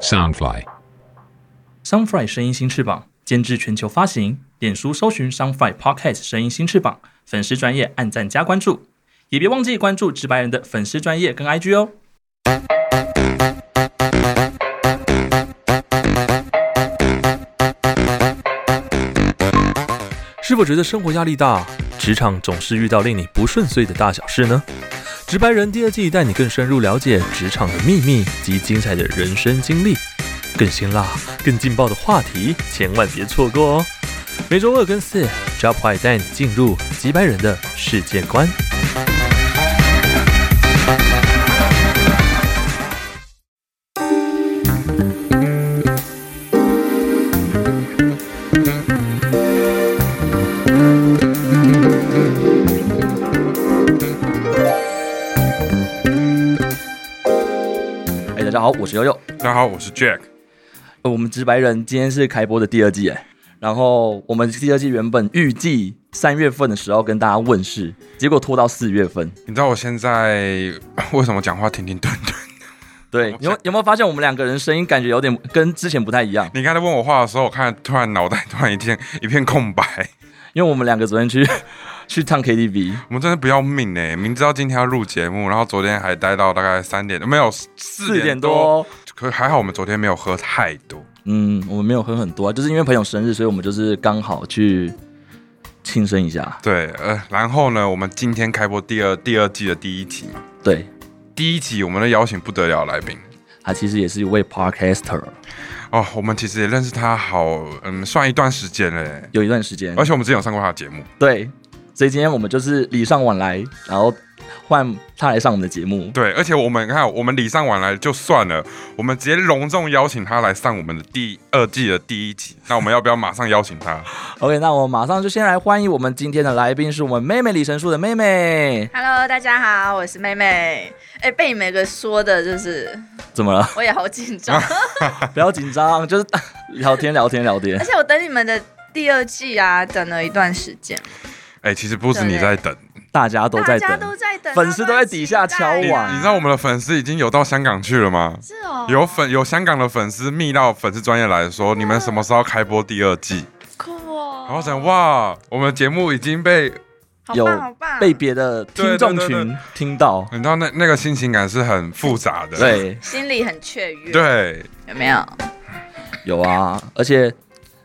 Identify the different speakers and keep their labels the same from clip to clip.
Speaker 1: Soundfly,
Speaker 2: Sunfly 声音新翅膀监制全球发行，脸书搜寻 Sunfly Podcast 声音新翅膀，粉丝专业按赞加关注，也别忘记关注直白人的粉丝专业跟 IG 哦。
Speaker 3: 是否觉得生活压力大，职场总是遇到令你不顺遂的大小事呢？直白人第二季带你更深入了解职场的秘密及精彩的人生经历，更辛辣、更劲爆的话题，千万别错过哦！每周二跟四，Job h i 带你进入直白人的世界观。
Speaker 4: 哎、大家好，我是悠悠。
Speaker 5: 大家好，我是 Jack。
Speaker 4: 呃我们直白人今天是开播的第二季哎，然后我们第二季原本预计三月份的时候跟大家问世，结果拖到四月份。
Speaker 5: 你知道我现在 为什么讲话停停顿顿？
Speaker 4: 对，有有没有发现我们两个人声音感觉有点跟之前不太一样？
Speaker 5: 你刚才问我话的时候，我看突然脑袋突然一片一片空白。
Speaker 4: 因为我们两个昨天去 去唱 KTV，
Speaker 5: 我们真的不要命呢、明知道今天要录节目，然后昨天还待到大概三点，没有四
Speaker 4: 四点
Speaker 5: 点多。
Speaker 4: 多，
Speaker 5: 可还好我们昨天没有喝太多。
Speaker 4: 嗯，我们没有喝很多啊，就是因为朋友生日，所以我们就是刚好去庆生一下。
Speaker 5: 对，呃，然后呢，我们今天开播第二第二季的第一集嘛，
Speaker 4: 对，
Speaker 5: 第一集我们的邀请不得了的来宾
Speaker 4: 他其实也是一位 podcaster，
Speaker 5: 哦，我们其实也认识他好，嗯，算一段时间了、欸，
Speaker 4: 有一段时间
Speaker 5: 而，且我们之前有上过他的节目。
Speaker 4: 对，所以今天我们就是礼尚往来，然后换他来上我们的节目。
Speaker 5: 对，而且我们看，我们礼尚往来就算了，我们直接隆重邀请他来上我们的第二季的第一集。那我们要不要马上邀请他？
Speaker 4: OK，那我们马上就先来欢迎我们今天的来宾，是我们妹妹李晨树的妹妹。
Speaker 6: Hello，大家好，我是妹妹。哎、被你们个说的，就是
Speaker 4: 怎么 了？
Speaker 6: 我也好紧张，
Speaker 4: 啊不要紧张，就是聊天聊天聊天
Speaker 6: 而。且我等你们的第二季啊，等了一段时间，
Speaker 5: 哎、其实不止你在等，
Speaker 4: 大家都在
Speaker 6: 大家
Speaker 4: 等，
Speaker 6: 都在等，
Speaker 4: 粉丝都在底下敲
Speaker 6: 大家都
Speaker 5: 你
Speaker 6: 在期待啊
Speaker 4: 碗
Speaker 5: 你知道我们的粉丝已经有到香港去了吗？
Speaker 6: 是哦，
Speaker 5: 有粉有香港的粉丝密到粉丝专业来说，你们什么时候开播第二季？
Speaker 6: 酷哦，
Speaker 5: 然后想哇，我们节目已经被
Speaker 6: 好
Speaker 4: 有
Speaker 6: 棒好棒，
Speaker 4: 被别的听众
Speaker 5: 对对对
Speaker 4: 群听到，
Speaker 5: 你知道那那个心情感是很复杂的。
Speaker 4: 对，
Speaker 6: 心里很雀跃，，
Speaker 5: 对，
Speaker 6: 有没有？
Speaker 4: 有啊。而且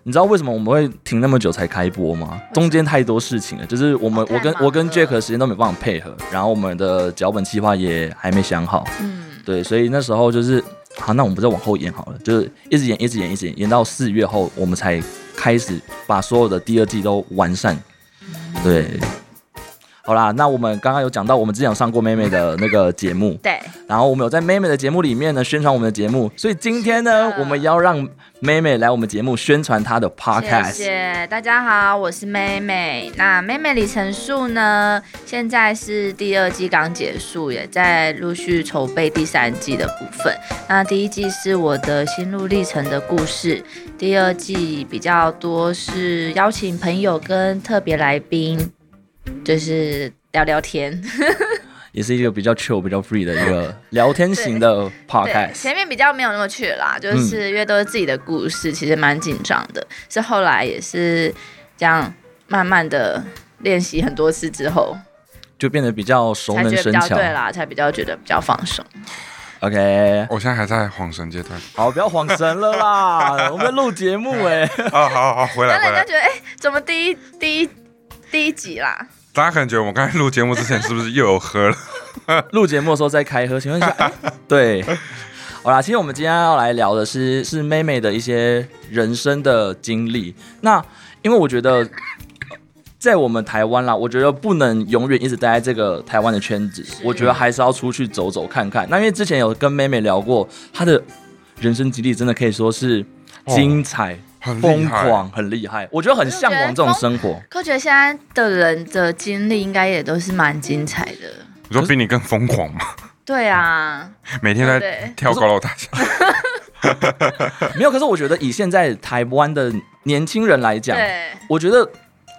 Speaker 4: 你知道为什么我们会停那么久才开播吗？中间太多事情了，就是我们我
Speaker 6: 哦太
Speaker 4: 跟
Speaker 6: 忙了
Speaker 4: 我跟 Jack 的时间都没办法配合，然后我们的脚本计划也还没想好，
Speaker 6: 嗯，
Speaker 4: 对，所以那时候就是，好、那我们再往后延好了，就是一直延，一直延，一直延，延到四月后，我们才开始把所有的第二季都完善。对，好啦，那我们刚刚有讲到，我们之前有上过妹妹的那个节目，
Speaker 6: 对，
Speaker 4: 然后我们有在妹妹的节目里面呢宣传我们的节目，所以今天
Speaker 6: 是
Speaker 4: 呢，
Speaker 6: 的
Speaker 4: 我们要让妹妹来我们节目宣传她的 podcast。
Speaker 6: 谢谢大家好，我是妹妹。那妹妹李成树呢，现在是第二季刚结束，也在陆续筹备第三季的部分。那第一季是我的心路历程的故事，第二季比较多是邀请朋友跟特别来宾，就是聊聊天。
Speaker 4: 也是一个比较 chill、比较 free 的一个聊天型的
Speaker 6: 对，
Speaker 4: podcast。
Speaker 6: 前面比较没有那么去
Speaker 4: 嗯
Speaker 6: 啦，就是因为都是自己的故事，其实蛮紧张的。是后来也是这样慢慢的练习很多次之后，
Speaker 4: 就变得比较熟
Speaker 6: 才
Speaker 4: 能
Speaker 6: 觉得比
Speaker 4: 生
Speaker 6: 较
Speaker 4: 巧。
Speaker 6: 对啦，才比较觉得比较放松。
Speaker 4: OK，
Speaker 5: 我现在还在恍神阶 段。
Speaker 4: 好，不要晃神了 啦，我们在录节目哎、
Speaker 5: 啊，好好好，回来
Speaker 6: 让
Speaker 5: 回
Speaker 6: 人家
Speaker 5: 来。
Speaker 6: 觉得哎、怎么第一第一第一集啦？
Speaker 5: 大家可能觉得我们刚才录节目之前是不是又有喝了？
Speaker 4: 录节目的时候再开喝，请 问一下，哎对，好啦，其实我们今天要来聊的是是妹妹的一些人生的经历。那因为我觉得。在我们台湾啦，我觉得不能永远一直待在这个台湾的圈子，我觉得还是要出去走走看看。那因为之前有跟妹妹聊过，她的人生经历真的可以说是
Speaker 5: 哦
Speaker 4: 精彩、
Speaker 5: 很厉
Speaker 4: 疯
Speaker 5: 害。
Speaker 4: 狂、很厉害，我觉得很向往这种生活。
Speaker 6: 可我觉得现在的人的经历应该也都是蛮精彩的。
Speaker 5: 你说比你更疯狂吗？
Speaker 6: 对啊，
Speaker 5: 每天在
Speaker 6: 对
Speaker 5: 跳高楼大厦，
Speaker 4: 没有，可是我觉得以现在台湾的年轻人来讲，
Speaker 6: 对，
Speaker 4: 我觉得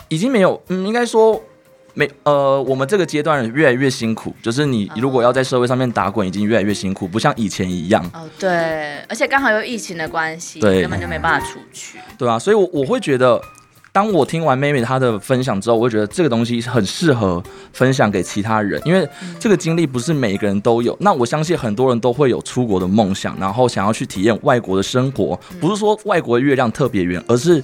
Speaker 4: 已经没有，嗯，应该说没呃，我们这个阶段越来越辛苦，就是你如果要在社会上面打滚，已经越来越辛苦，不像以前一样，
Speaker 6: 哦，对，而且刚好有疫情的关系，
Speaker 4: 对
Speaker 6: 根本就没办法出去。
Speaker 4: 对啊，所以我，我会觉得，当我听完妹妹她的分享之后，我会觉得这个东西很适合分享给其他人，因为这个经历不是每个人都有。那我相信很多人都会有出国的梦想，然后想要去体验外国的生活，不是说外国的月亮特别圆，而是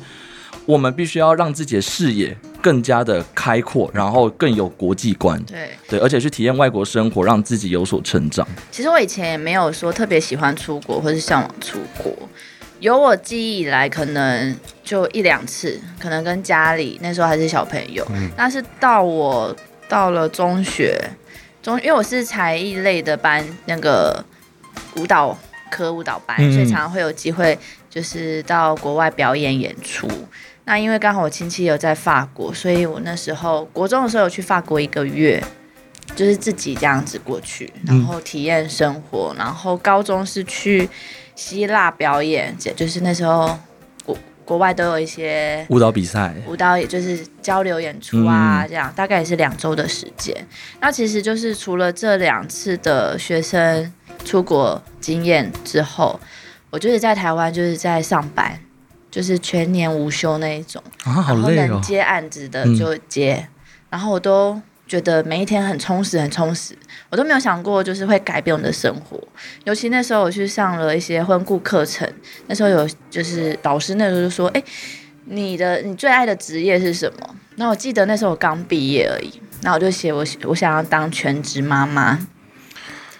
Speaker 4: 我们必须要让自己的视野更加的开阔，然后更有国际观。
Speaker 6: 对，
Speaker 4: 对，而且去体验外国生活，让自己有所成长。
Speaker 6: 其实我以前也没有说特别喜欢出国或是向往出国，有我记忆以来可能就一两次，可能跟家里那时候还是小朋友，但是到我到了中学，中因为我是才艺类的班那个舞蹈科舞蹈班，
Speaker 4: 嗯
Speaker 6: 所以常常会有机会就是到国外表演演出。那因为刚好我亲戚有在法国，所以我那时候国中的时候有去法国一个月，就是自己这样子过去，然后体验生活。然后高中是去希腊表演，就是那时候国国外都有一些
Speaker 4: 舞蹈比赛，
Speaker 6: 舞蹈也就是交流演出啊，这样大概也是两周的时间。那其实就是除了这两次的学生出国经验之后，我就是在台湾就是在上班，就是全年无休那一种，
Speaker 4: 啊，好
Speaker 6: 然后
Speaker 4: 累
Speaker 6: 能
Speaker 4: 哦。
Speaker 6: 接案子的就接，然后我都。觉得每一天很充实，很充实，我都没有想过就是会改变我的生活。尤其那时候我去上了一些婚顾课程，那时候有就是导师那时候就说，哎、你的你最爱的职业是什么？那我记得那时候我刚毕业而已，那我就写我我想要当全职妈妈，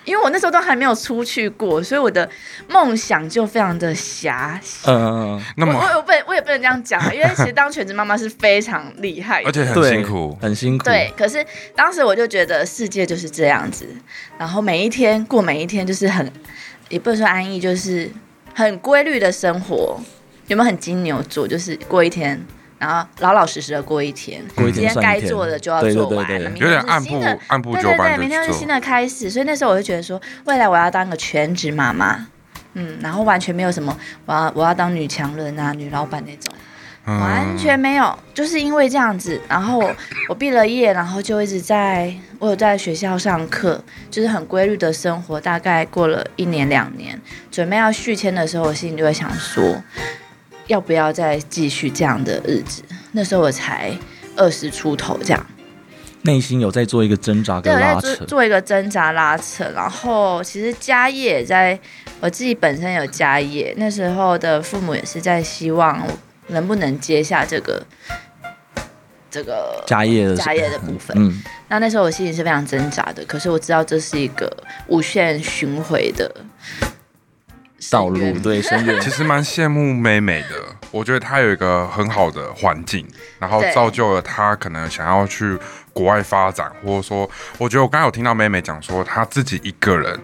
Speaker 6: 因为我那时候都还没有出去过，所以我的梦想就非常的狭小。
Speaker 4: 嗯，
Speaker 5: 那
Speaker 6: 我
Speaker 5: 么
Speaker 6: 我我不能我也不能这样讲，啊因为其实当全职妈妈是非常厉害 的，
Speaker 5: 而且很
Speaker 4: 对
Speaker 5: 辛苦，
Speaker 4: 很辛苦。
Speaker 6: 对，可是当时我就觉得世界就是这样子，然后每一天过每一天就是很，也不能说安逸，就是很规律的生活。有没有很金牛座？就是过一天，然后老老实实的过一天，
Speaker 4: 过一
Speaker 6: 今
Speaker 4: 天
Speaker 6: 天
Speaker 4: 算一
Speaker 6: 该
Speaker 4: 天
Speaker 6: 做的就要
Speaker 4: 对对
Speaker 6: 做
Speaker 4: 对
Speaker 6: 完
Speaker 4: 对
Speaker 6: 了，明
Speaker 5: 有
Speaker 6: 天
Speaker 5: 点
Speaker 6: 是
Speaker 5: 按
Speaker 6: 新
Speaker 5: 部
Speaker 6: 的。
Speaker 5: 按部
Speaker 6: 对
Speaker 5: 就
Speaker 6: 对对，
Speaker 5: 班
Speaker 6: 明天又
Speaker 5: 的
Speaker 6: 是新
Speaker 5: 做。
Speaker 6: 的开始，所以那时候我就觉得说，未来我要当个全职妈妈，嗯，然后完全没有什么，我要我要当女强人啊、女老板那种，
Speaker 5: 嗯
Speaker 6: 完全没有，就是因为这样子，然后我我毕了业，然后就一直在，我有在学校上课，就是很规律的生活，大概过了一年两年，准备要续签的时候，我心里就会想说，要不要再继续这样的日子？那时候我才二十出头这样。
Speaker 4: 内心有在做一个挣扎
Speaker 6: 对，
Speaker 4: 跟
Speaker 6: 我在
Speaker 4: 拉
Speaker 6: 做
Speaker 4: 扯。
Speaker 6: 做一个挣扎拉扯，然后其实家业也在，我自己本身有家业，那时候的父母也是在希望我能不能接下这个这个
Speaker 4: 家业的，
Speaker 6: 家业的部分。
Speaker 4: 嗯，
Speaker 6: 那那时候我心里是非常挣扎的，可是我知道这是一个无限循回的
Speaker 4: 道
Speaker 6: 深
Speaker 4: 路
Speaker 6: 渊
Speaker 4: 对深 渊，
Speaker 5: 其实蛮羡慕妹妹的，我觉得她有一个很好的环境，然后
Speaker 6: 对
Speaker 5: 造就了她可能想要去国外发展，或者说，我觉得我刚才有听到妹妹讲说，她自己一个人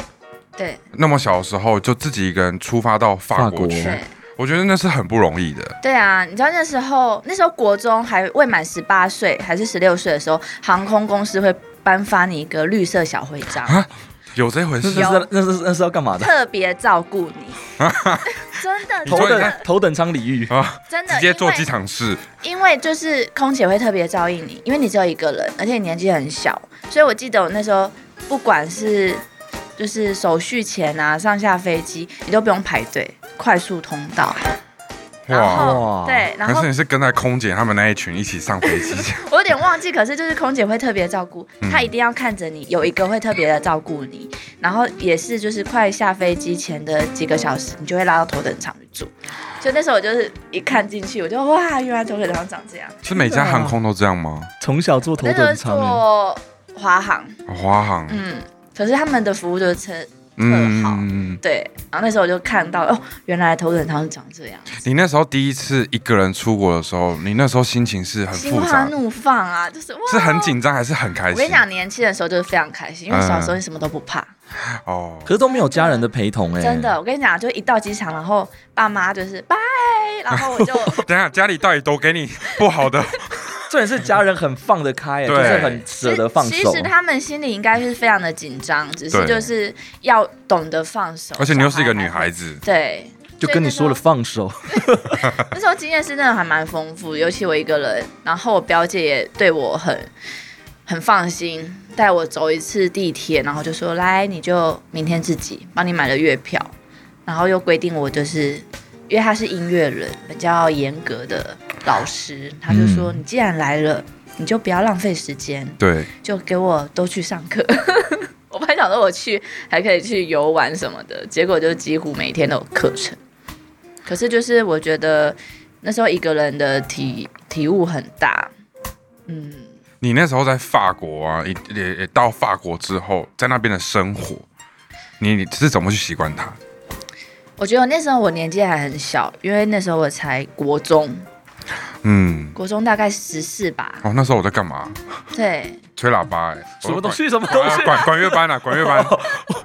Speaker 6: 对
Speaker 5: 那么小的时候就自己一个人出发到法
Speaker 4: 法国
Speaker 5: 国去，
Speaker 6: 对
Speaker 5: 我觉得那是很不容易的。
Speaker 6: 对啊，你知道那时候那时候国中还未满十八岁还是十六岁的时候，航空公司会颁发你一个绿色小徽
Speaker 4: 啊
Speaker 6: 章。
Speaker 5: 有这回
Speaker 4: 那
Speaker 5: 事
Speaker 6: 有，
Speaker 4: 那是那是那是要干 嘛的？
Speaker 6: 特别照顾 你，真的，
Speaker 4: 头
Speaker 5: 说
Speaker 6: 真
Speaker 4: 等
Speaker 5: 你
Speaker 6: 的，
Speaker 4: 头等舱礼遇，
Speaker 6: 真的，
Speaker 5: 啊直接做
Speaker 6: 因
Speaker 5: 机
Speaker 6: 为
Speaker 5: 场事，
Speaker 6: 因为就是空姐会特别照应你，因为你只有一个人，而且你年纪很小，所以我记得我那时候不管是就是手续前啊，上下飞机，你都不用排队，快速通道，然
Speaker 5: 哇！
Speaker 6: 后
Speaker 4: 哇
Speaker 6: 对，然
Speaker 5: 可
Speaker 6: 后
Speaker 5: 是你是跟在空姐他们那一群一起上飞 机，
Speaker 6: 我有点忘记，可是就是空姐会特别照顾，
Speaker 5: 嗯
Speaker 6: 她一定要看着你，有一个会特别的照顾你，然后也是就是快下飞机前的几个小时，你就会拉到头等舱去住。就那时候我就是一看进去，我就哇，原来头等舱长这样。
Speaker 5: 是每家航空都这样吗？
Speaker 4: 从小坐头
Speaker 6: 那时候
Speaker 4: 等舱欸，
Speaker 6: 坐华航，
Speaker 5: 华航，
Speaker 6: 嗯，可是他们的服务就是车特好
Speaker 5: 嗯，
Speaker 6: 对，然后那时候我就看到哦，原来头等舱是长这样，
Speaker 5: 你那时候第一次一个人出国的时候，你那时候心情是很
Speaker 6: 心
Speaker 5: 复
Speaker 6: 花
Speaker 5: 杂的，
Speaker 6: 怒放啊，就是哇，
Speaker 5: 是很。紧张还是很开
Speaker 6: 我
Speaker 5: 心嗯
Speaker 6: 跟你？讲，年轻的时候就是非常开心，因为小时候你什么都不怕。
Speaker 5: 哦，
Speaker 4: 可是都没有家人的陪同哎，
Speaker 6: 真的，我跟你讲，就一到机场，然后爸妈就是拜，然后我 就
Speaker 5: 等一下家里到底都给你不好 的，
Speaker 4: 重点是家人很放得开欸，就
Speaker 5: 对
Speaker 4: 是很舍得放
Speaker 6: 其
Speaker 4: 手
Speaker 6: 其实。他们心里应该是非常的紧张，只是
Speaker 5: 对
Speaker 6: 就是要懂得放手。
Speaker 5: 而且你又是一个女
Speaker 6: 小孩
Speaker 5: 孩
Speaker 6: 子，
Speaker 5: 子，
Speaker 6: 对，
Speaker 4: 就跟你说了放手，
Speaker 6: 那时候经验是真的还蛮丰富，尤其我一个人，然后我表姐也对我很很放心带我走一次地铁，然后就说来，你就明天自己帮你买了月票，然后又规定我就是，因为他是音乐人，比较严格的老师，他就说、你既然来了，你就不要浪费时间，
Speaker 5: 对，
Speaker 6: 就给我都去上课。 我本来想说我去还可以去游玩什么的，结果就几乎每天都有课程。可是就是我觉得那时候一个人的体体悟很大，嗯，
Speaker 5: 你那时候在法国啊，也也也到法国之后，在那边的生活，你你是怎么去习惯它？
Speaker 6: 我觉得那时候我年纪还很小，因为那时候我才国中，
Speaker 5: 嗯，
Speaker 6: 国中大概十四吧，
Speaker 5: 哦，那时候我在干嘛？
Speaker 6: 对，
Speaker 5: 吹喇叭、欸，
Speaker 4: 什么东
Speaker 5: 我
Speaker 4: 西？ 什么
Speaker 5: 管？
Speaker 4: 东 西
Speaker 5: 啊？管管乐班啊，管乐班，
Speaker 6: 哦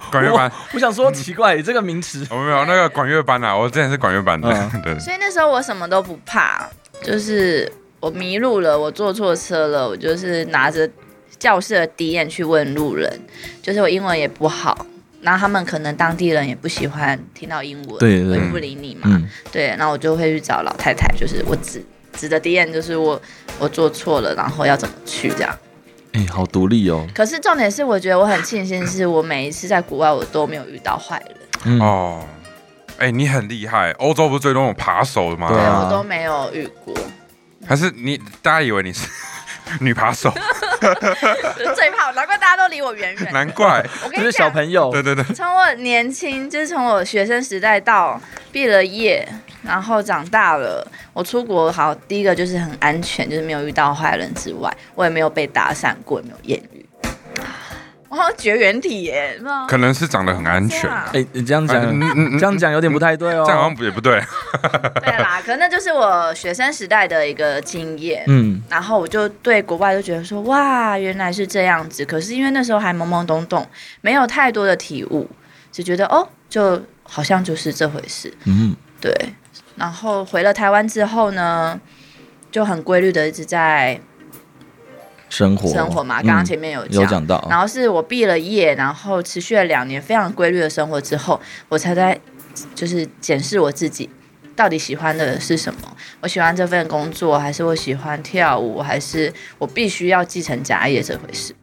Speaker 5: 管乐班
Speaker 4: 我，我想说，奇怪，这个名词
Speaker 5: 我没有那个管乐班啊，我之前是管乐班的，
Speaker 4: 嗯
Speaker 5: 对，
Speaker 6: 所以那时候我什么都不怕，就是我迷路了，我坐错车了，我就是拿着教室的底眼去问路人，就是我英文也不好，然后他们可能当地人也不喜欢听到英文，
Speaker 4: 对对
Speaker 6: 我也
Speaker 5: 对
Speaker 6: 不理你嘛，
Speaker 4: 嗯
Speaker 6: 对，然后我就会去找老太太，就是我指指的底眼就是我我做错了，然后要怎么去这样。
Speaker 4: 哎，好独立哦。
Speaker 6: 可是重点是，我觉得我很庆幸，是我每一次在国外我都没有遇到坏人，
Speaker 4: 嗯
Speaker 5: 哦，哎、你很厉害，欧洲不是最多那种扒手的吗？
Speaker 4: 对
Speaker 6: 对
Speaker 4: 啊
Speaker 6: 我都没有遇过。
Speaker 5: 还是你大家以为你是 女扒手，
Speaker 6: 最怕，难怪大家都离我远远的。
Speaker 5: 难怪，
Speaker 6: 我跟
Speaker 4: 就
Speaker 6: 你
Speaker 4: 是小
Speaker 6: 讲，
Speaker 4: 朋友
Speaker 5: 对，对对，
Speaker 6: 从我年轻，就是从我学生时代到毕了业，然后长大了，我出国好，第一个就是很安全，就是没有遇到坏人之外，我也没有被搭讪过，也没有艳遇。我好像绝缘体耶，是吗？
Speaker 5: 可能是长得很安全
Speaker 6: 这，样
Speaker 4: 哎，你这样讲，
Speaker 5: 嗯嗯嗯
Speaker 4: 这样讲有点不太对
Speaker 5: 这样好
Speaker 4: 哦。
Speaker 5: 像也不对，
Speaker 6: 对啦，可能那就是我学生时代的一个经验。
Speaker 4: 嗯，
Speaker 6: 然后我就对国外就觉得说，哇，原来是这样子。可是因为那时候还懵懵懂懂，没有太多的体悟，只觉得哦，就好像就是这回事。
Speaker 4: 嗯，
Speaker 6: 对。然后回了台湾之后呢，就很规律的一直在
Speaker 4: 生活
Speaker 6: 生活嘛。刚刚
Speaker 4: 嗯
Speaker 6: 前面有
Speaker 4: 有讲到，
Speaker 6: 然后是我毕了业，然后持续了两年非常规律的生活之后，我才在就是检视我自己到底喜欢的是什么。我喜欢这份工作，还是我喜欢跳舞，还是我必须要继承家业这回事？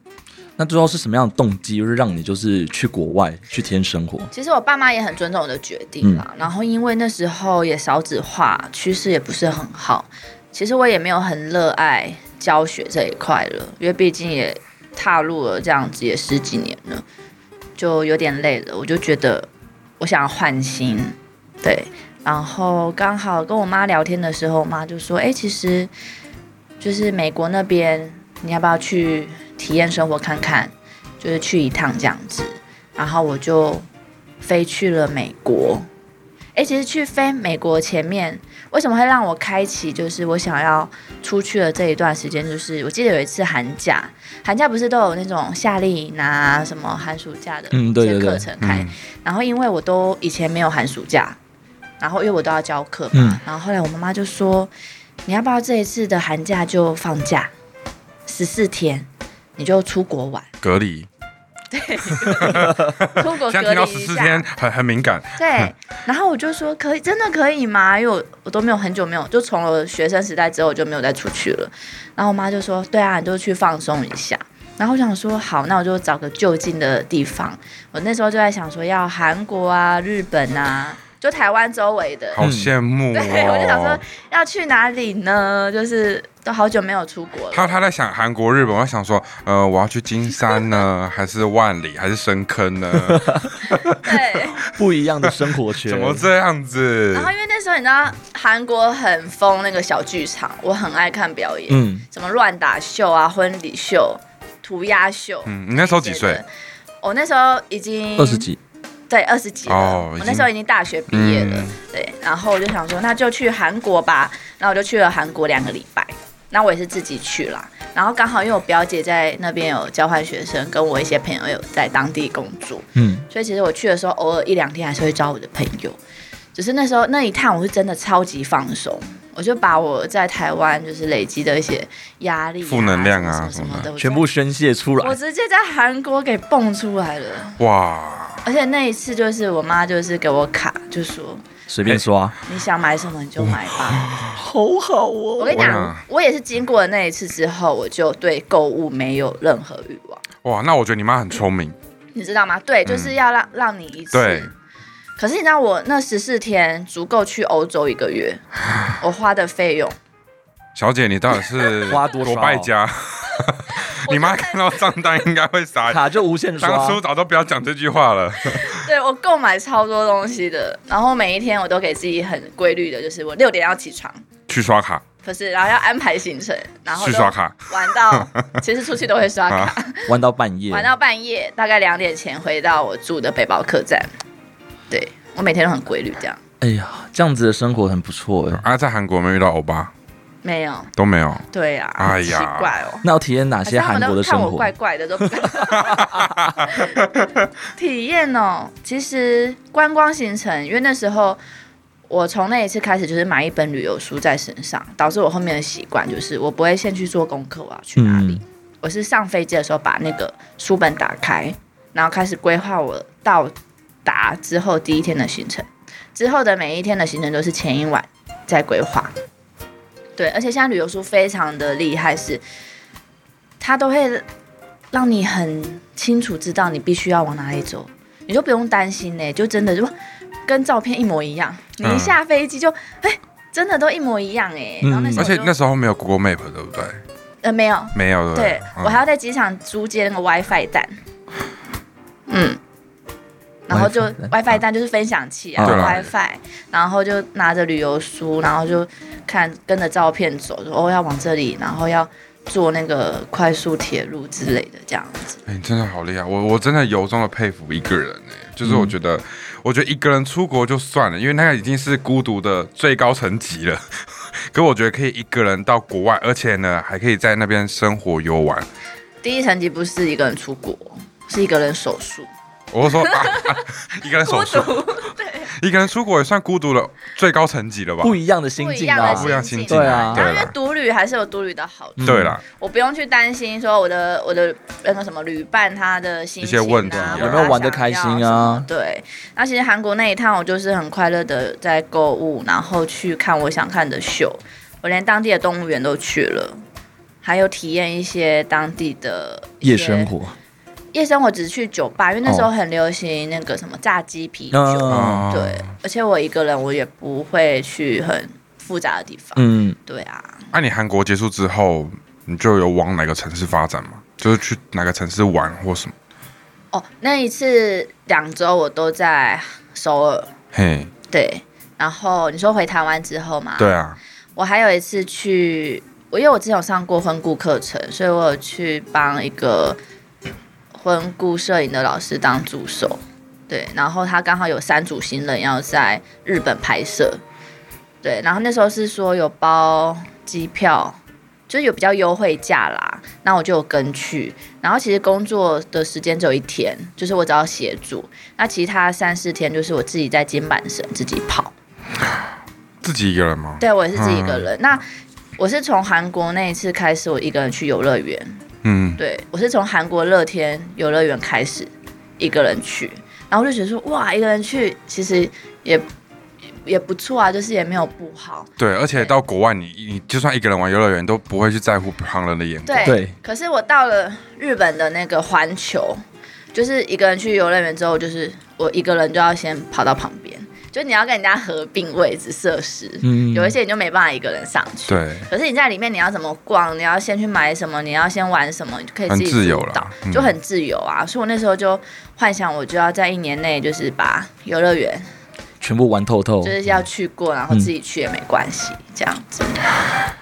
Speaker 4: 那最后是什么样的动机，就是让你就是去国外去体验生活？
Speaker 6: 其实我爸妈也很尊重我的决定啦。然后因为那时候也少子化，趋势也不是很好，其实我也没有很热爱教学这一块了，因为毕竟也踏入了这样子也十几年了，就有点累了。我就觉得我想换新，
Speaker 4: 嗯
Speaker 6: 对。然后刚好跟我妈聊天的时候，我妈就说：“哎、其实就是美国那边，你要不要去体验生活看看？就是去一趟这样子。”然后我就飞去了美国。哎，其实去飞美国前面，为什么会让我开启？就是我想要出去的这一段时间，就是我记得有一次寒假，寒假不是都有那种夏令营啊，什么寒暑假的
Speaker 4: 嗯
Speaker 6: 一
Speaker 4: 对
Speaker 6: 些
Speaker 4: 对对
Speaker 6: 课程开。
Speaker 5: 嗯
Speaker 6: 然后因为我都以前没有寒暑假，然后因为我都要教课嘛，
Speaker 4: 嗯
Speaker 6: 然后后来我妈妈就说，你要不要这一次的寒假就放假十四天，你就出国玩，
Speaker 5: 隔离，现在听到
Speaker 6: 出国哦隔离
Speaker 5: 十
Speaker 6: 一
Speaker 5: 四
Speaker 6: 下。
Speaker 5: 天很很敏感，
Speaker 6: 对，然后我就说可以，真的可以吗？因为我我都没有很久没有，就从我学生时代之后我就没有再出去了。然后我妈就说，对啊，你就去放松一下。然后我想说，好，那我就找个就近的地方。我那时候就在想说，要韩国啊、日本啊，就台湾周围的。
Speaker 5: 好羡慕
Speaker 6: 对，我就想说
Speaker 5: 哦。
Speaker 6: 要去哪里呢？就是都好久没有出国
Speaker 5: 他
Speaker 6: 了。
Speaker 5: 他在想韩国、日本，我在想说，呃，我要去金山 呢，还是万里，还是深坑呢？
Speaker 6: 对，
Speaker 4: 不一样的生活圈，
Speaker 5: 怎么这样子
Speaker 6: 然？后因为那时候你知道韩国很疯那个小剧场，我很爱看表演。
Speaker 4: 嗯，
Speaker 6: 什么乱打秀啊、婚礼秀、涂鸦秀。
Speaker 5: 嗯，你那时候几岁？？
Speaker 6: 我那时候已经
Speaker 4: 二十，几，
Speaker 6: 对，二十几了。
Speaker 5: 哦已
Speaker 6: 我
Speaker 5: 经
Speaker 6: 那时候已经大学毕业了，
Speaker 5: 嗯
Speaker 6: 对。然后我就想说，那就去韩国吧。然后我就去了韩国两个礼拜。那我也是自己去啦。然后刚好因为我表姐在那边有交换学生，跟我一些朋友有在当地工作，
Speaker 4: 嗯，
Speaker 6: 所以其实我去的时候，偶尔一两天还是会找我的朋友。只是那时候那一趟，我是真的超级放松，我就把我在台湾就是累积的一些压力、啊、
Speaker 5: 负能量啊
Speaker 6: 什么什么什么的，
Speaker 4: 全部
Speaker 6: 我
Speaker 4: 宣泄出
Speaker 6: 直接我
Speaker 4: 来，
Speaker 6: 直接在韩国给蹦出来了。
Speaker 5: 哇，
Speaker 6: 而且那一次就是我妈就是给我卡，就说
Speaker 4: 随便刷，
Speaker 6: 你想买什么你就买吧。
Speaker 4: 好好
Speaker 6: 我
Speaker 4: 哦。
Speaker 6: 跟你
Speaker 5: 我
Speaker 6: 讲
Speaker 5: 想，
Speaker 6: 我也是经过了那一次之后，我就对购物没有任何欲望，
Speaker 5: 哇，那我觉得你妈很聪明，
Speaker 6: 你知道吗？对，就是要让、让你一次。
Speaker 5: 嗯对，
Speaker 6: 可是你知道我那十四天足够去欧洲一 个月，我花的费用，
Speaker 5: 小姐你到底 是
Speaker 4: 花多少
Speaker 5: 败家？你妈看到账单应该会 傻眼，
Speaker 4: 卡就无限
Speaker 5: 当初
Speaker 4: 刷，
Speaker 5: 早都不要讲这句话了。
Speaker 6: 对我购买超多东西的，然后每一天我都给自己很规律的，就是我六点要起床，
Speaker 5: 去刷卡，
Speaker 6: 不是，然后要安排行程，然后
Speaker 5: 去
Speaker 6: 都
Speaker 5: 刷卡，
Speaker 6: 玩到，其实出去都会刷卡，
Speaker 4: 玩到半夜，
Speaker 6: 玩到半夜，大概两点前回到我住的背包客栈。对我每天都很规律，这样
Speaker 4: 哎呀，这样子的生活很不错哎。
Speaker 5: 啊，在韩国有没有遇到欧巴
Speaker 6: 没有，
Speaker 5: 都没有，
Speaker 6: 对啊，
Speaker 5: 哎呀
Speaker 6: 好奇怪哦。
Speaker 4: 那要体验哪
Speaker 6: 还
Speaker 4: 些
Speaker 6: 是他
Speaker 4: 韩
Speaker 6: 们
Speaker 4: 国的
Speaker 6: 都
Speaker 4: 生
Speaker 6: 看我
Speaker 4: 活？
Speaker 6: 怪怪的，都不敢体验哦。其实观光行程，因为那时候我从那一次开始就是买一本旅游书在身上，导致我后面的习惯就是我不会先去做功课，我要去哪里。
Speaker 4: 嗯
Speaker 6: 我是上飞机的时候把那个书本打开，然后开始规划我到达之后第一天的行程。之后的每一天的行程都是前一晚在规划。对，而且现在旅游书非常的厉害是，它都会让你很清楚知道你必须要往哪里走，你就不用担心呢、就真的就跟照片一模一样，你一下飞机就哎、真的都一模一样哎、然后那时候
Speaker 5: 而且
Speaker 6: 我就
Speaker 5: 那时候没有 Google Map，对不对？
Speaker 6: 呃没有，
Speaker 5: 没有，对嗯不
Speaker 6: 对
Speaker 5: 对？
Speaker 6: 我还要在机场租借那个 WiFi 蛋，嗯，然后就
Speaker 4: WiFi 蛋嗯
Speaker 6: WiFi 蛋就是分享器啊
Speaker 4: 对
Speaker 5: 啦
Speaker 6: ，WiFi，然后就拿着旅游书，然后就看跟着照片走，说哦要往这里，然后要坐那个快速铁路之类的这样子。
Speaker 5: 哎、你真的好厉害，我我真的由衷的佩服一个人哎、就是我觉得，我觉得一个人出国就算了，因为那个已经是孤独的最高层级了。 可我觉得可以一个人到国外，而且呢还可以在那边生活游玩。
Speaker 6: 第一层级不是一个人出国，是一个人手术，
Speaker 5: 我就说、 啊啊一个人手
Speaker 6: 孤
Speaker 5: 术，
Speaker 6: 独，
Speaker 5: 一个人出国也算孤独的最高层级了吧？
Speaker 4: 不一样的心
Speaker 6: 不一
Speaker 4: 境
Speaker 6: 样的
Speaker 4: 啊，
Speaker 5: 不一样
Speaker 6: 心
Speaker 5: 心
Speaker 6: 境
Speaker 5: 境啊，
Speaker 6: 然
Speaker 5: 对
Speaker 6: 后因为
Speaker 5: 了，
Speaker 6: 独旅还是有独旅的好处。
Speaker 5: 对了，
Speaker 6: 我不用去担心说我的我的那个什么旅伴他的心情、啊、
Speaker 5: 一些问题啊
Speaker 6: 或者
Speaker 5: 有
Speaker 6: 他
Speaker 5: 没
Speaker 4: 有玩得开
Speaker 6: 想
Speaker 4: 心
Speaker 6: 要什
Speaker 4: 啊
Speaker 6: 么对，那其实韩国那一趟我就是很快乐的在购物，然后去看我想看的秀，我连当地的动物园都去了，还有体验一些当地的一
Speaker 4: 夜
Speaker 6: 些
Speaker 4: 生。活，
Speaker 6: 夜生活只去酒吧，因为那时候
Speaker 4: 哦
Speaker 6: 很流行那个什么炸鸡啤酒，
Speaker 4: 嗯
Speaker 5: 哦
Speaker 6: 对，而且我一个人我也不会去很复杂的地方，
Speaker 4: 嗯，
Speaker 6: 对啊，
Speaker 5: 那、你韩国结束之后，你就有往哪个城市发展吗？就是去哪个城市玩或什么？
Speaker 6: 哦，那一次两周我都在首尔，
Speaker 5: 嘿，
Speaker 6: 对，然后你说回台湾之后嘛，
Speaker 5: 对啊，
Speaker 6: 我还有一次去，我因为我之前有上过婚顾课程，所以我有去帮一个婚顾摄影的老师当助手，对，然后他刚好有三组新人要在日本拍摄，对，然后那时候是说有包机票。就是有比较优惠价啦，那我就有跟去。然后其实工作的时间只有一天，就是我只要协助。那其他三四天就是我自己在金板神自己跑。
Speaker 5: 自己一个人吗？
Speaker 6: 对，我也是自己一
Speaker 4: 嗯
Speaker 6: 个人。那我是从韩国那一次开始，我一个人去游乐园。
Speaker 5: 嗯，
Speaker 6: 对我是从韩国乐天游乐园开始一个人去，然后我就觉得说，哇，一个人去其实也也不错啊，就是也没有不好。
Speaker 5: 对，而且
Speaker 6: 对
Speaker 5: 到国外你，你就算一个人玩游乐园，都不会去在乎旁人的眼光。
Speaker 6: 对，
Speaker 4: 对
Speaker 6: 可是我到了日本的那个环球，就是一个人去游乐园之后，就是我一个人就要先跑到旁边，就你要跟人家合并位置设施，
Speaker 4: 嗯
Speaker 6: 有一些你就没办法一个人上去。
Speaker 5: 对
Speaker 6: 可是你在里面你要怎么逛，你要先去买什么，你要先玩什么，你就可以自己
Speaker 5: 很自由
Speaker 6: 主导
Speaker 5: 啦嗯
Speaker 6: 就很自由啊。所以我那时候就幻想，我就要在一年内就是把游乐园
Speaker 4: 全部玩透透
Speaker 6: 就，是要去过，然后自己去也没关系，这样子。
Speaker 5: 嗯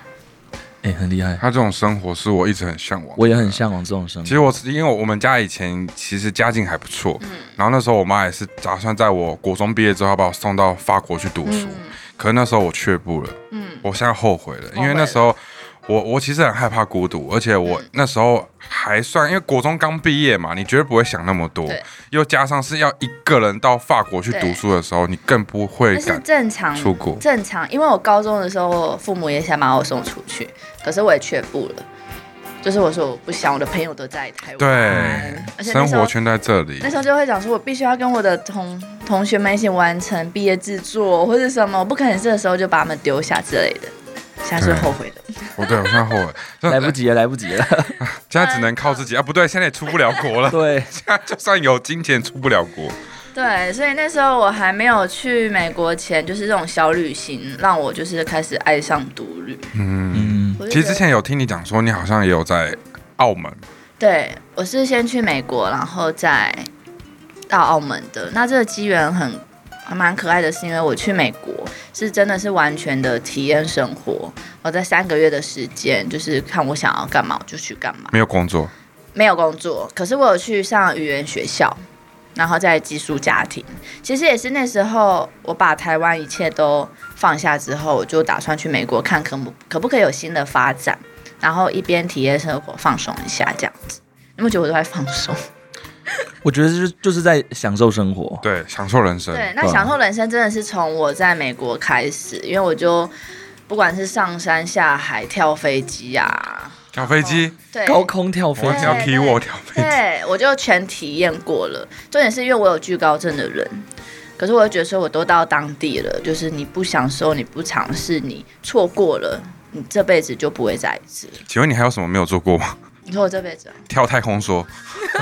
Speaker 4: 哎，很厉害，
Speaker 5: 他这种生活是我一直很向往的。
Speaker 4: 我也很向往这种生
Speaker 5: 其
Speaker 4: 活。
Speaker 5: 实我是因为我们家以前其实家境还不错，
Speaker 6: 嗯
Speaker 5: 然后那时候我妈也是打算在我国中毕业之后把我送到法国去读书，可是那时候我却步了，
Speaker 6: 嗯，
Speaker 5: 我现在后悔了，
Speaker 6: 悔嗯
Speaker 5: 因为那时候我我其实很害怕孤独，而且我那时候还算因为国中刚毕业嘛，你绝对不会想那么多
Speaker 6: 对，
Speaker 5: 又加上是要一个人到法国去读
Speaker 6: 对
Speaker 5: 书的时候，你更不会
Speaker 6: 那是
Speaker 5: 敢
Speaker 6: 正常
Speaker 5: 出国。
Speaker 6: 正常，因为我高中的时候，父母也想把我送出去，可是我也却步了。就是我说我不想我的朋友都在台湾，而
Speaker 5: 对，
Speaker 6: 且那
Speaker 5: 生
Speaker 6: 时候
Speaker 5: 活圈在这里
Speaker 6: 那，时候就会讲说，我必须要跟我的同同学们一起完成毕业制作或者什么，我不可能这个时候就把他们丢下之类的，现在是后悔的。
Speaker 5: 我哦对我现在后悔，这
Speaker 4: 来不及了，来不及了。
Speaker 5: 现在只能靠自己啊！不对，现在也出不了国 了，
Speaker 4: 对，
Speaker 5: 现在就算有金钱出不了国，
Speaker 6: 对，所以那时候我还没有去美国前，就是这种小旅行让我就是开始爱上独旅。
Speaker 5: 嗯。
Speaker 2: 嗯，
Speaker 6: 我就
Speaker 5: 其实
Speaker 6: 觉
Speaker 5: 之
Speaker 6: 得
Speaker 5: 前有听你讲说，你好像也有在澳门，
Speaker 6: 对，我是先去美国，然后再到澳门的。那这个机缘很还蛮可爱的，是因为我去美国是真的是完全的体验生活。我在三个月的时间，就是看我想要干嘛我就去干嘛，
Speaker 5: 没有工作，
Speaker 6: 没有工作，可是我有去上语言学校。然后再寄宿家庭，其实也是那时候我把台湾一切都放下之后，我就打算去美国看可不可不可以有新的发展，然后一边体验生活，放松一下这样子。你们觉得我都在放松？
Speaker 4: 我觉得就是就是在享受生活。
Speaker 5: 对，享受人生，
Speaker 6: 对，那
Speaker 4: 对啊
Speaker 6: 享受人生真的是从我在美国开始，因为我就不管是上山下海、跳飞机啊，
Speaker 5: 跳飞机，
Speaker 6: 对，
Speaker 4: 高空跳飞
Speaker 5: 我
Speaker 6: 哦对
Speaker 5: 只要踢我跳飞机，
Speaker 6: 对我就全体验过了。重点是因为我有惧高症的人，可是我又觉得说我都到当地了，就是你不享受、你不尝试、你错过了，你这辈子就不会再一次了。
Speaker 5: 请问你还有什么没有做过吗？
Speaker 6: 你说我这辈子啊
Speaker 5: 跳太空梭，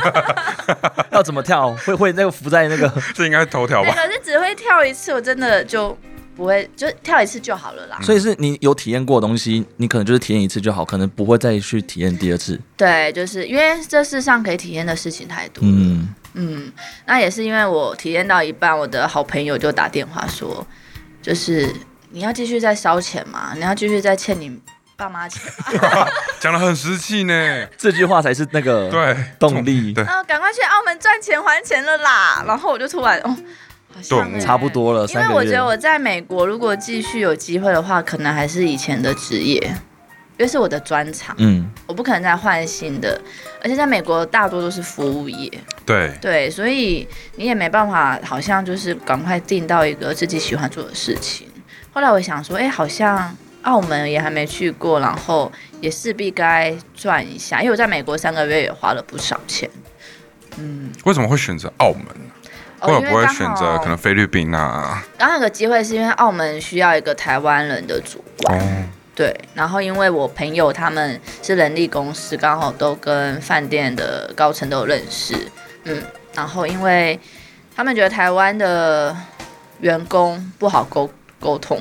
Speaker 4: 要怎么跳？会会那个浮在那个
Speaker 5: 这应该是头条
Speaker 6: 对，
Speaker 5: 吧？
Speaker 6: 可是只会跳一次，我真的就不会，就跳一次就好了啦。
Speaker 4: 所以是你有体验过的东西，你可能就是体验一次就好，可能不会再去体验第二次。
Speaker 6: 对，就是因为这世上可以体验的事情太多了。
Speaker 4: 嗯，
Speaker 6: 嗯，那也是因为我体验到一半，我的好朋友就打电话说，就是你要继续再烧钱吗？你要继续再欠你爸妈钱吗？
Speaker 5: 讲的很实际呢，
Speaker 4: 这句话才是那个
Speaker 5: 对，
Speaker 4: 动力，
Speaker 5: 对
Speaker 6: 啊，赶快去澳门赚钱还钱了啦！然后我就突然，哦，好像
Speaker 5: 顿悟
Speaker 6: 欸
Speaker 4: 差不多了。
Speaker 6: 因为
Speaker 4: 三个
Speaker 6: 我
Speaker 4: 月
Speaker 6: 觉得我在美国如果继续有机会的话，可能还是以前的职业，因为是我的专长，
Speaker 4: 嗯，
Speaker 6: 我不可能再换新的。而且在美国大多都是服务业，
Speaker 5: 对，
Speaker 6: 对，所以你也没办法，好像就是赶快定到一个自己喜欢做的事情。后来我想说，哎，好像澳门也还没去过，然后也势必该转一下，因为我在美国三个月也花了不少钱。嗯，
Speaker 5: 为什么会选择澳门？
Speaker 6: 哦
Speaker 5: 会
Speaker 6: 因为
Speaker 5: 不会
Speaker 6: 刚
Speaker 5: 选择
Speaker 6: 好
Speaker 5: 可能菲律宾啊？
Speaker 6: 刚好有个机会，是因为澳门需要一个台湾人的主管，
Speaker 5: 哦，
Speaker 6: 对。然后因为我朋友他们是人力公司，刚好都跟饭店的高层都有认识，嗯。然后因为他们觉得台湾的员工不好沟沟通，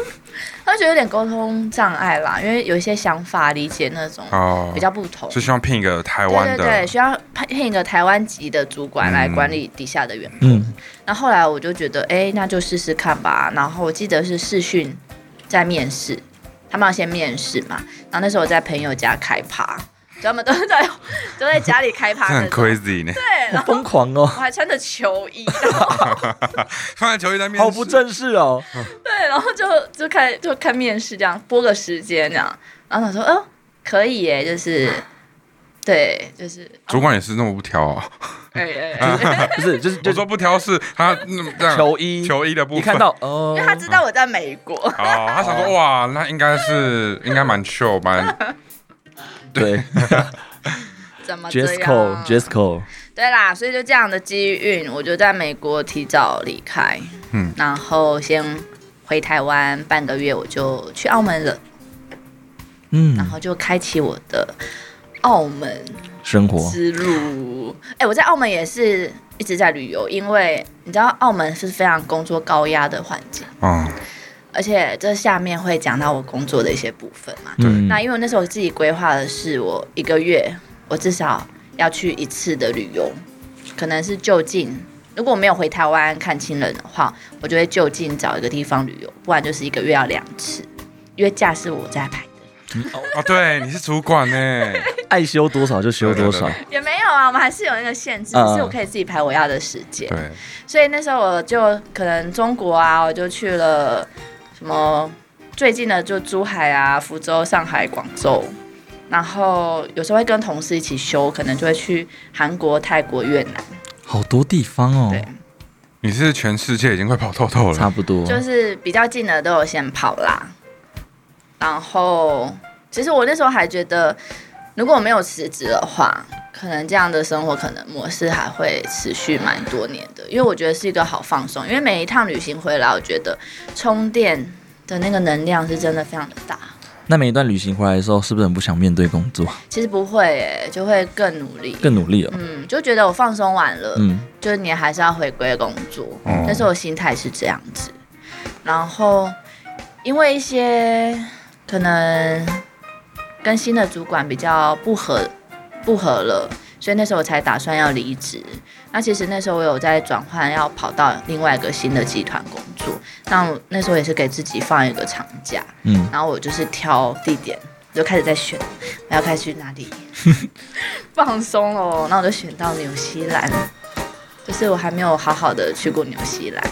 Speaker 6: 他们觉得有点沟通障碍啦，因为有一些想法理解那种
Speaker 5: 哦
Speaker 6: 比，较不同。
Speaker 5: 是希望聘一个台湾
Speaker 6: 对对对，
Speaker 5: 的，嗯
Speaker 6: 需要聘一个台湾籍的主管来管理底下的员工。
Speaker 4: 嗯，
Speaker 6: 那后来我就觉得，哎，那就试试看吧。然后我记得是试训在面试，他们要先面试嘛。然后那时候我在朋友家开趴，所以他们都在 都在家里开 趴
Speaker 5: 这
Speaker 6: 那
Speaker 5: 很
Speaker 6: 种。
Speaker 5: crazy 呢。
Speaker 6: 对，然
Speaker 4: 好
Speaker 6: 后
Speaker 4: 疯狂哦，
Speaker 6: 我还穿着球衣，然后
Speaker 5: 放在球衣在面
Speaker 4: 好
Speaker 5: 试，
Speaker 4: 不正式哦。
Speaker 6: 对，然后就就开就看面试这样，播个时间这样。然后我想说，哦，可以耶，就是对，就是
Speaker 5: 主管也是那么不挑 啊？
Speaker 6: 哎哎哎，
Speaker 4: 不是，就是就是
Speaker 5: 我说不挑是他嗯这样
Speaker 4: 球衣，
Speaker 5: 球衣的部分，
Speaker 4: 一看到哦
Speaker 6: 因为，他知道我在美国。
Speaker 5: 哦，他想说哇，那应该是应该蛮 chill 蛮
Speaker 4: 对
Speaker 6: 怎么这样
Speaker 4: ，Jesco，Jesco，
Speaker 6: 对啦，所以就这样的机运，我就在美国提早离开，
Speaker 5: 嗯
Speaker 6: 嗯，然后先回台湾半个月，我就去澳门了，
Speaker 4: 嗯
Speaker 6: 然，后就开启我的澳门
Speaker 4: 生活
Speaker 6: 之路。哎、我在澳门也是一直在旅游，因为你知道澳门是非常工作高压的环境，
Speaker 5: 嗯
Speaker 6: 而且这下面会讲到我工作的一些部分嘛。
Speaker 4: 对
Speaker 6: 那因为我那时候自己规划的是，我一个月我至少要去一次的旅游，可能是就近。如果我没有回台湾看亲人的话，我就会就近找一个地方旅游，不然就是一个月要两次，因为假是我在排的。
Speaker 5: 哦，对，你是主管 呢，
Speaker 4: 爱修多少就修多少
Speaker 5: 对对，
Speaker 6: 也没有啊，我们还是有那个限制，
Speaker 4: 嗯
Speaker 6: 只是我可以自己排我要的时间。
Speaker 5: 对，
Speaker 6: 所以那时候我就可能中国啊，我就去了什么最近的就珠海啊、福州、上海、广州，然后有时候会跟同事一起休，可能就会去韩国、泰国、越南，
Speaker 4: 好多地方哦，
Speaker 6: 对
Speaker 5: 你是全世界已经快跑透透
Speaker 4: 差
Speaker 5: 了，
Speaker 4: 不多，
Speaker 6: 就是比较近的都有先跑啦。然后其实我那时候还觉得。如果我没有辞职的话，可能这样的生活可能模式还会持续蛮多年的，因为我觉得是一个好放松。因为每一趟旅行回来，我觉得充电的那个能量是真的非常的大。
Speaker 4: 那每一段旅行回来的时候，是不是很不想面对工作，
Speaker 6: 其实不会诶、就会更努力。
Speaker 4: 更努力了？
Speaker 6: 嗯，就觉得我放松完了，
Speaker 4: 嗯，
Speaker 6: 就是你还是要回归工作，
Speaker 5: 哦
Speaker 6: 但是我心态是这样子。然后因为一些可能跟新的主管比较不合，不合了，所以那时候我才打算要离职。那其实那时候我有在转换，要跑到另外一个新的集团工作。那我那时候也是给自己放一个长假，
Speaker 4: 嗯，
Speaker 6: 然后我就是挑地点，我就开始在选，我要开始去哪里放松哦。那我就选到纽西兰，就是我还没有好好的去过纽西兰，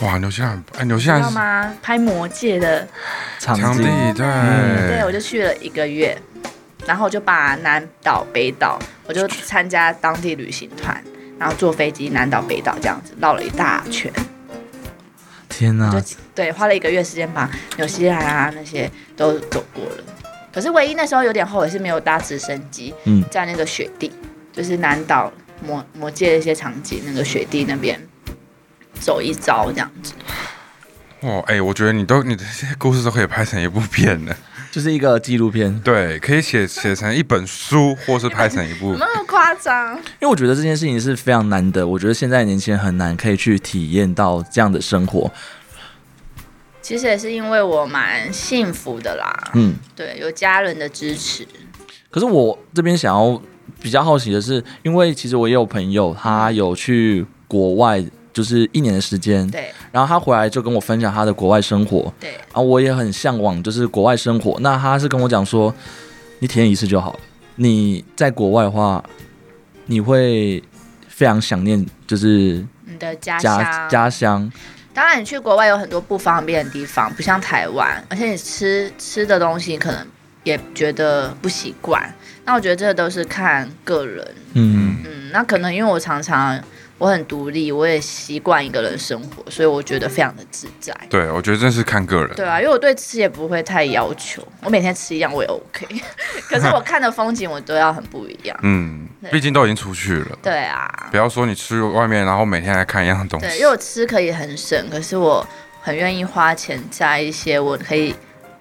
Speaker 5: 哇，纽西兰，哎，纽
Speaker 6: 你
Speaker 5: 西
Speaker 6: 知
Speaker 5: 兰
Speaker 6: 道吗？拍《魔戒》的，
Speaker 4: 场
Speaker 5: 场地
Speaker 4: 景
Speaker 5: 对，嗯
Speaker 6: 对
Speaker 4: 嗯
Speaker 6: 我就去了一个月，然后我就把南岛、北岛，我就参加当地旅行团。然后坐飞机南岛北岛这样子绕了一大圈，
Speaker 4: 天啊哪、
Speaker 6: 就对，花了一个月时间把纽西兰啊那些都走过了。可是唯一那时候有点后悔是没有搭直升机，
Speaker 4: 嗯
Speaker 6: 在那个雪地，就是南岛魔魔界的一些场景，那个雪地那边走一遭这样子。
Speaker 5: 哇，哎，我觉得你都你的这些故事都可以拍成一部 片呢。
Speaker 4: 就是一个纪录片。
Speaker 5: 对，可以写写成一本书，或是拍成一部
Speaker 6: 有没有那么夸张？
Speaker 4: 因为我觉得这件事情是非常难的，我觉得现在年轻人很难可以去体验到这样的生活。
Speaker 6: 其实也是因为我蛮幸福的啦，
Speaker 4: 嗯，
Speaker 6: 对，有家人的支持。
Speaker 4: 可是我这边想要比较好奇的是，因为其实我也有朋友，他有去国外，就是一年的时间，
Speaker 6: 对
Speaker 4: 然后他回来就跟我分享他的国外生活，
Speaker 6: 对，
Speaker 4: 啊，我也很向往就是国外生活。那他是跟我讲说，你体验一次就好了。你在国外的话，你会非常想念就是
Speaker 6: 你的家
Speaker 4: 家
Speaker 6: 乡。
Speaker 4: 家乡，
Speaker 6: 当然，你去国外有很多不方便的地方，不像台湾，而且你吃吃的东西可能也觉得不习惯。那我觉得这都是看个人，
Speaker 4: 嗯，
Speaker 6: 嗯，那可能因为我常常我很独立，我也习惯一个人生活，所以我觉得非常的自在。
Speaker 5: 对，我觉得真是看个人。
Speaker 6: 对啊，因为我对吃也不会太要求，我每天吃一样我也 OK，可 是我看的风景我都要很不一样。
Speaker 5: 嗯，
Speaker 6: 对
Speaker 5: 毕竟都已经出去了，
Speaker 6: 对啊，
Speaker 5: 不要说你去外面，然后每天来看一样的东
Speaker 6: 对，
Speaker 5: 西
Speaker 6: 因为。我吃可以很省，可是我很愿意花钱在一些我可以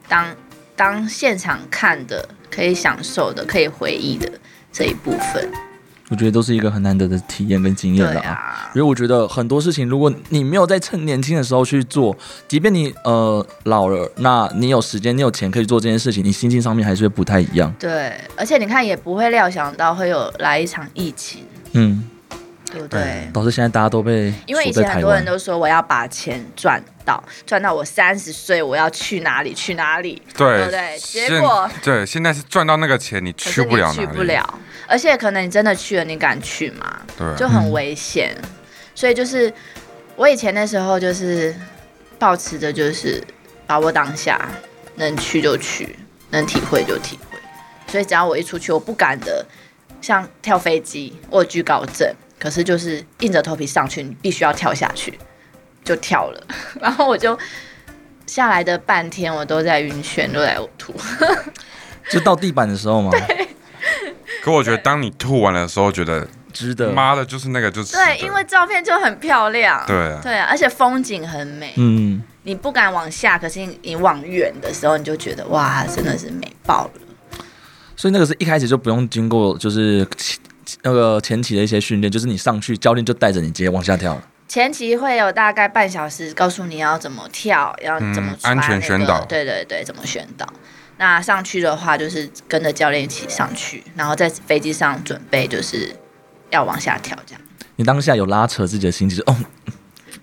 Speaker 6: 当当现场看的、可以享受的、可以回忆的这一部分。
Speaker 4: 我觉得都是一个很难得的体验跟经
Speaker 6: 对
Speaker 4: 验了啊。
Speaker 6: 啊，
Speaker 4: 因为我觉得很多事情，如果你没有在趁年轻的时候去做，即便你呃老了，那你有时间、你有钱可以做这件事情，你心境上面还是会不太一样。
Speaker 6: 对，而且你看也不会料想到会有来一场疫情，
Speaker 4: 嗯，
Speaker 6: 对不对？
Speaker 5: 对
Speaker 4: 导致现在大家都被
Speaker 6: 因为以
Speaker 4: 锁在
Speaker 6: 前很
Speaker 4: 台
Speaker 6: 多人
Speaker 4: 湾。
Speaker 6: 都说我要把钱赚到，赚到我三十岁我要去哪里去哪里，对不对？
Speaker 5: 对，
Speaker 6: 结果
Speaker 5: 现对，现在是赚到那个钱，你
Speaker 6: 可
Speaker 5: 去
Speaker 6: 是
Speaker 5: 不
Speaker 6: 你
Speaker 5: 了
Speaker 6: 去
Speaker 5: 哪
Speaker 6: 不
Speaker 5: 里。
Speaker 6: 了，而且可能你真的去了，你敢去吗？
Speaker 5: 对，
Speaker 6: 就很危险。所以就是我以前那时候就是保持着就是把握当下，能去就去，能体会就体会。所以只要我一出去，我不敢的，像跳飞机，我有居高症，可是就是硬着头皮上去，你必须要跳下去，就跳了。 然后我就下来的半天，我都在晕眩，都在呕吐。
Speaker 4: 就到地板的时候嘛，
Speaker 5: 可我觉得当你吐完的时候，觉得
Speaker 4: 值 得。
Speaker 5: 妈的，就是那个，就是
Speaker 6: 对，因为照片就很漂亮，
Speaker 5: 对啊
Speaker 6: 对啊，而且风景很美，
Speaker 4: 嗯，
Speaker 6: 你不敢往下，可是你你往远的时候，你就觉得哇，真的是美爆了。
Speaker 4: 所以那个是一开始就不用经过就是前那个前期的一些训练，就是你上去教练就带着你直接往下跳了。
Speaker 6: 前期会有大概半小时，告诉你要怎么跳，要怎么、穿
Speaker 5: 安全
Speaker 6: 那个
Speaker 5: 宣导
Speaker 6: 对对对，怎么宣导。那上去的话，就是跟着教练一起上去，然后在飞机上准备，就是要往下跳这样。
Speaker 4: 你当下有拉扯自己的心情，就是哦，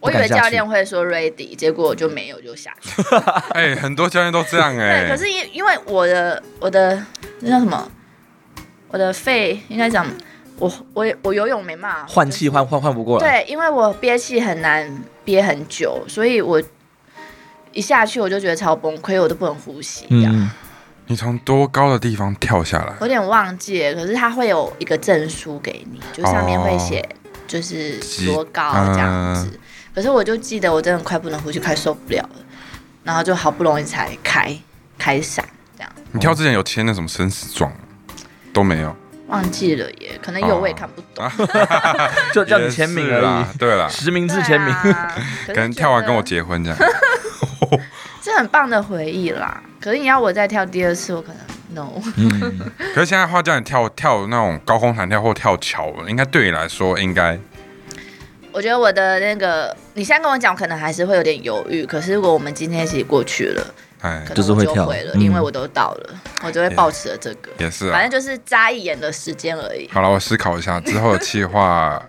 Speaker 6: 我以
Speaker 4: 敢
Speaker 6: 为
Speaker 4: 下去
Speaker 6: 教练会说 ready，结果我就没有就下去。
Speaker 5: 哎，很多教练都这样哎。
Speaker 6: 对，可是因因为我的我的那叫什么，我的肺应该讲，我我我游泳没办法
Speaker 4: 换气换换换不过来。
Speaker 6: 对，因为我憋气很难憋很久，所以我一下去我就觉得超崩溃，我都不能呼吸这样。
Speaker 4: 嗯，
Speaker 5: 你从多高的地方跳下来
Speaker 4: 哦
Speaker 6: 我有点忘记了，可是它会有一个证书给你，就上面会写
Speaker 5: 哦
Speaker 6: 就是多高这样子。
Speaker 5: 嗯
Speaker 6: 可是我就记得我真的快不能呼吸，快受不了了，然后就好不容易才开开伞这样。
Speaker 5: 你跳之前有签那什么生死状吗？都没有，
Speaker 6: 忘记了耶，可能有我也看不
Speaker 5: 啊
Speaker 6: 懂。
Speaker 4: 就叫你签名
Speaker 5: 也是
Speaker 4: 而
Speaker 5: 啦，对啦
Speaker 4: 已，，实名
Speaker 6: 对
Speaker 4: 制签名。
Speaker 6: 啊、可
Speaker 5: 可
Speaker 6: 能
Speaker 5: 能跳完跟我，结婚这样。
Speaker 6: 这很棒的回忆啦。可是你要我再跳第二次，我可能 no。
Speaker 5: 可是现在话叫你跳跳那种高空弹跳或跳桥，应该对你来说应该
Speaker 6: 我觉得我的那个，你现在跟我讲，我可能还是会有点犹豫。可是如果我们今天一起过去了，
Speaker 5: 哎
Speaker 6: 可能
Speaker 4: 就是
Speaker 6: 我
Speaker 4: 会
Speaker 6: 就
Speaker 4: 跳
Speaker 6: 会了，
Speaker 4: 嗯
Speaker 6: 因为我都到了，我就会保持着这个。
Speaker 5: 也是
Speaker 6: 反
Speaker 5: 啊。
Speaker 6: 正就是眨一眼的时间而已。
Speaker 5: 好了，我思考一下之后的计 划，
Speaker 6: 啊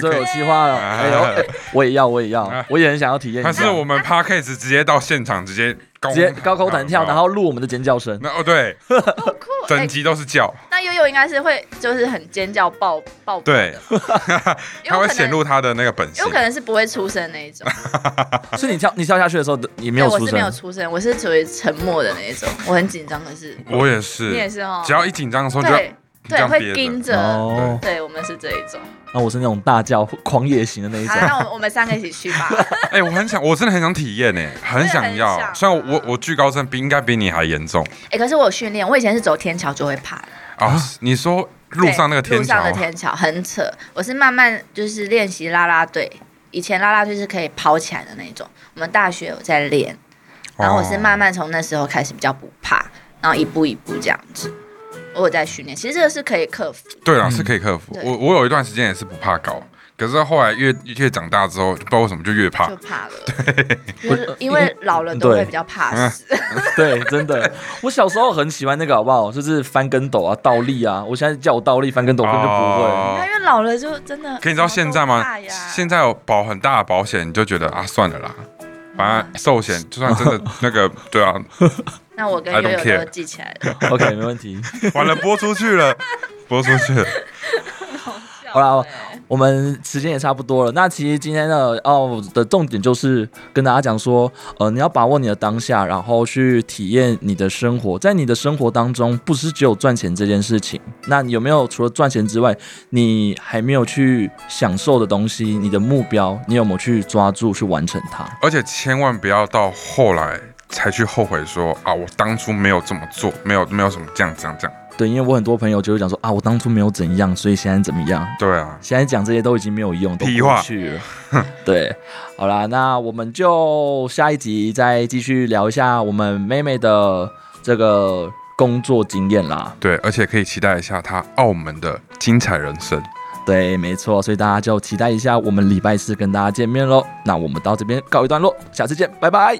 Speaker 4: 这有计 划了，哎呦，哎我也要，我也要，我也很想要体验一下。
Speaker 5: 还是我
Speaker 6: 啊
Speaker 5: 们 podcast 直接到现场直接高
Speaker 4: 直接高空弹
Speaker 6: 嗯
Speaker 4: 跳，然后录我们的尖叫声。
Speaker 5: 那 哦对，
Speaker 6: 好 酷！哎
Speaker 5: 整集都是叫，
Speaker 6: 那悠悠应该是会就是很尖叫爆爆破
Speaker 5: 对
Speaker 6: 的，，因为
Speaker 5: 他
Speaker 6: 我
Speaker 5: 会
Speaker 6: 可
Speaker 5: 显
Speaker 6: 能
Speaker 5: 露他的那个本
Speaker 6: 因为
Speaker 5: 性
Speaker 6: 我。可能是不会出声那 一种，
Speaker 4: 所以你跳你跳下去的时候也没
Speaker 6: 嗯对，
Speaker 4: 有
Speaker 6: 我
Speaker 4: 出
Speaker 6: 是没有
Speaker 4: 声，
Speaker 6: 出声，我是属于沉默的那一种，我很紧张，可是
Speaker 5: 我也是，
Speaker 6: 你也是哦，
Speaker 5: 只要一紧张的时候就要
Speaker 6: 对
Speaker 5: 这
Speaker 6: 对
Speaker 5: 样
Speaker 6: 会
Speaker 5: 憋
Speaker 6: 盯
Speaker 5: 着。
Speaker 6: 着，
Speaker 4: 哦。
Speaker 6: 对我们是这一种。
Speaker 4: 那我是那种大叫狂野型的那一
Speaker 6: 好，
Speaker 4: 种。
Speaker 6: 那我们我们三个一起去吧。
Speaker 5: 哎，我很想，我真的很想体验诶，很想
Speaker 6: 我也很想
Speaker 5: 要。
Speaker 6: 啊
Speaker 5: 虽然我我我惧高症比应该比你还严重
Speaker 6: 哎，可是我有训练，我以前是走天桥就会怕的。
Speaker 5: 啊！你说路上那个
Speaker 6: 对
Speaker 5: 天
Speaker 6: 路
Speaker 5: 桥
Speaker 6: 上
Speaker 5: 啊
Speaker 6: 的，天桥很扯，我是慢慢就是练习啦啦队。以前啦啦队是可以跑起来的那种，我们大学有在练，然后我是
Speaker 5: 哦
Speaker 6: 慢慢从那时候开始比较不怕，然后一步一步这样子，我有在训练。其实这个是可以克服，
Speaker 5: 对啦，是可以克服。
Speaker 6: 嗯对
Speaker 5: 我我有一段时间也是不怕高，可是后来越越长大之后，不知道为什么就越怕
Speaker 6: 就。怕了，就是因为老了都会比较怕死。
Speaker 4: 对，真的，我小时候很喜欢那个，好不好？就是翻跟斗啊、倒立啊。我现在叫我倒立、翻跟斗，根本就不会。
Speaker 5: 哦
Speaker 6: 那因为老了就真的，
Speaker 5: 可以你知道现在
Speaker 6: 什么都怕
Speaker 5: 吗？
Speaker 6: 呀
Speaker 5: 现在有保很大的保险，你就觉得啊，算了啦，反正寿险就算真的那 个，对啊，
Speaker 6: 那我跟
Speaker 5: I
Speaker 6: 悠
Speaker 5: don't
Speaker 6: 悠都
Speaker 5: care
Speaker 6: 记起来了。
Speaker 4: OK，没问题。
Speaker 5: 完了播出去了，播出去了，
Speaker 4: 好啦，我们时间也差不多了。那其实今天的哦的重点就是跟大家讲说，呃，你要把握你的当下，然后去体验你的生活。在你的生活当中，不是只有赚钱这件事情。那你有没有除了赚钱之外，你还没有去享受的东西？你的目标，你有没有去抓住去完成它？
Speaker 5: 而且千万不要到后来才去后悔说啊，我当初没有这么做，没有没有什么这样这样这样，
Speaker 4: 对，因为我很多朋友就会讲说啊，我当初没有怎样，所以现在怎么样。
Speaker 5: 对啊，
Speaker 4: 现在讲这些都已经没有用，都
Speaker 5: 屁
Speaker 4: 过
Speaker 5: 话
Speaker 4: 去了。对，好啦，那我们就下一集再继续聊一下我们妹妹的这个工作经验啦。
Speaker 5: 对，而且可以期待一下他澳门的精彩人生。
Speaker 4: 对，没错，所以大家就期待一下我们礼拜四跟大家见面喽。那我们到这边告一段落，下次见，拜拜。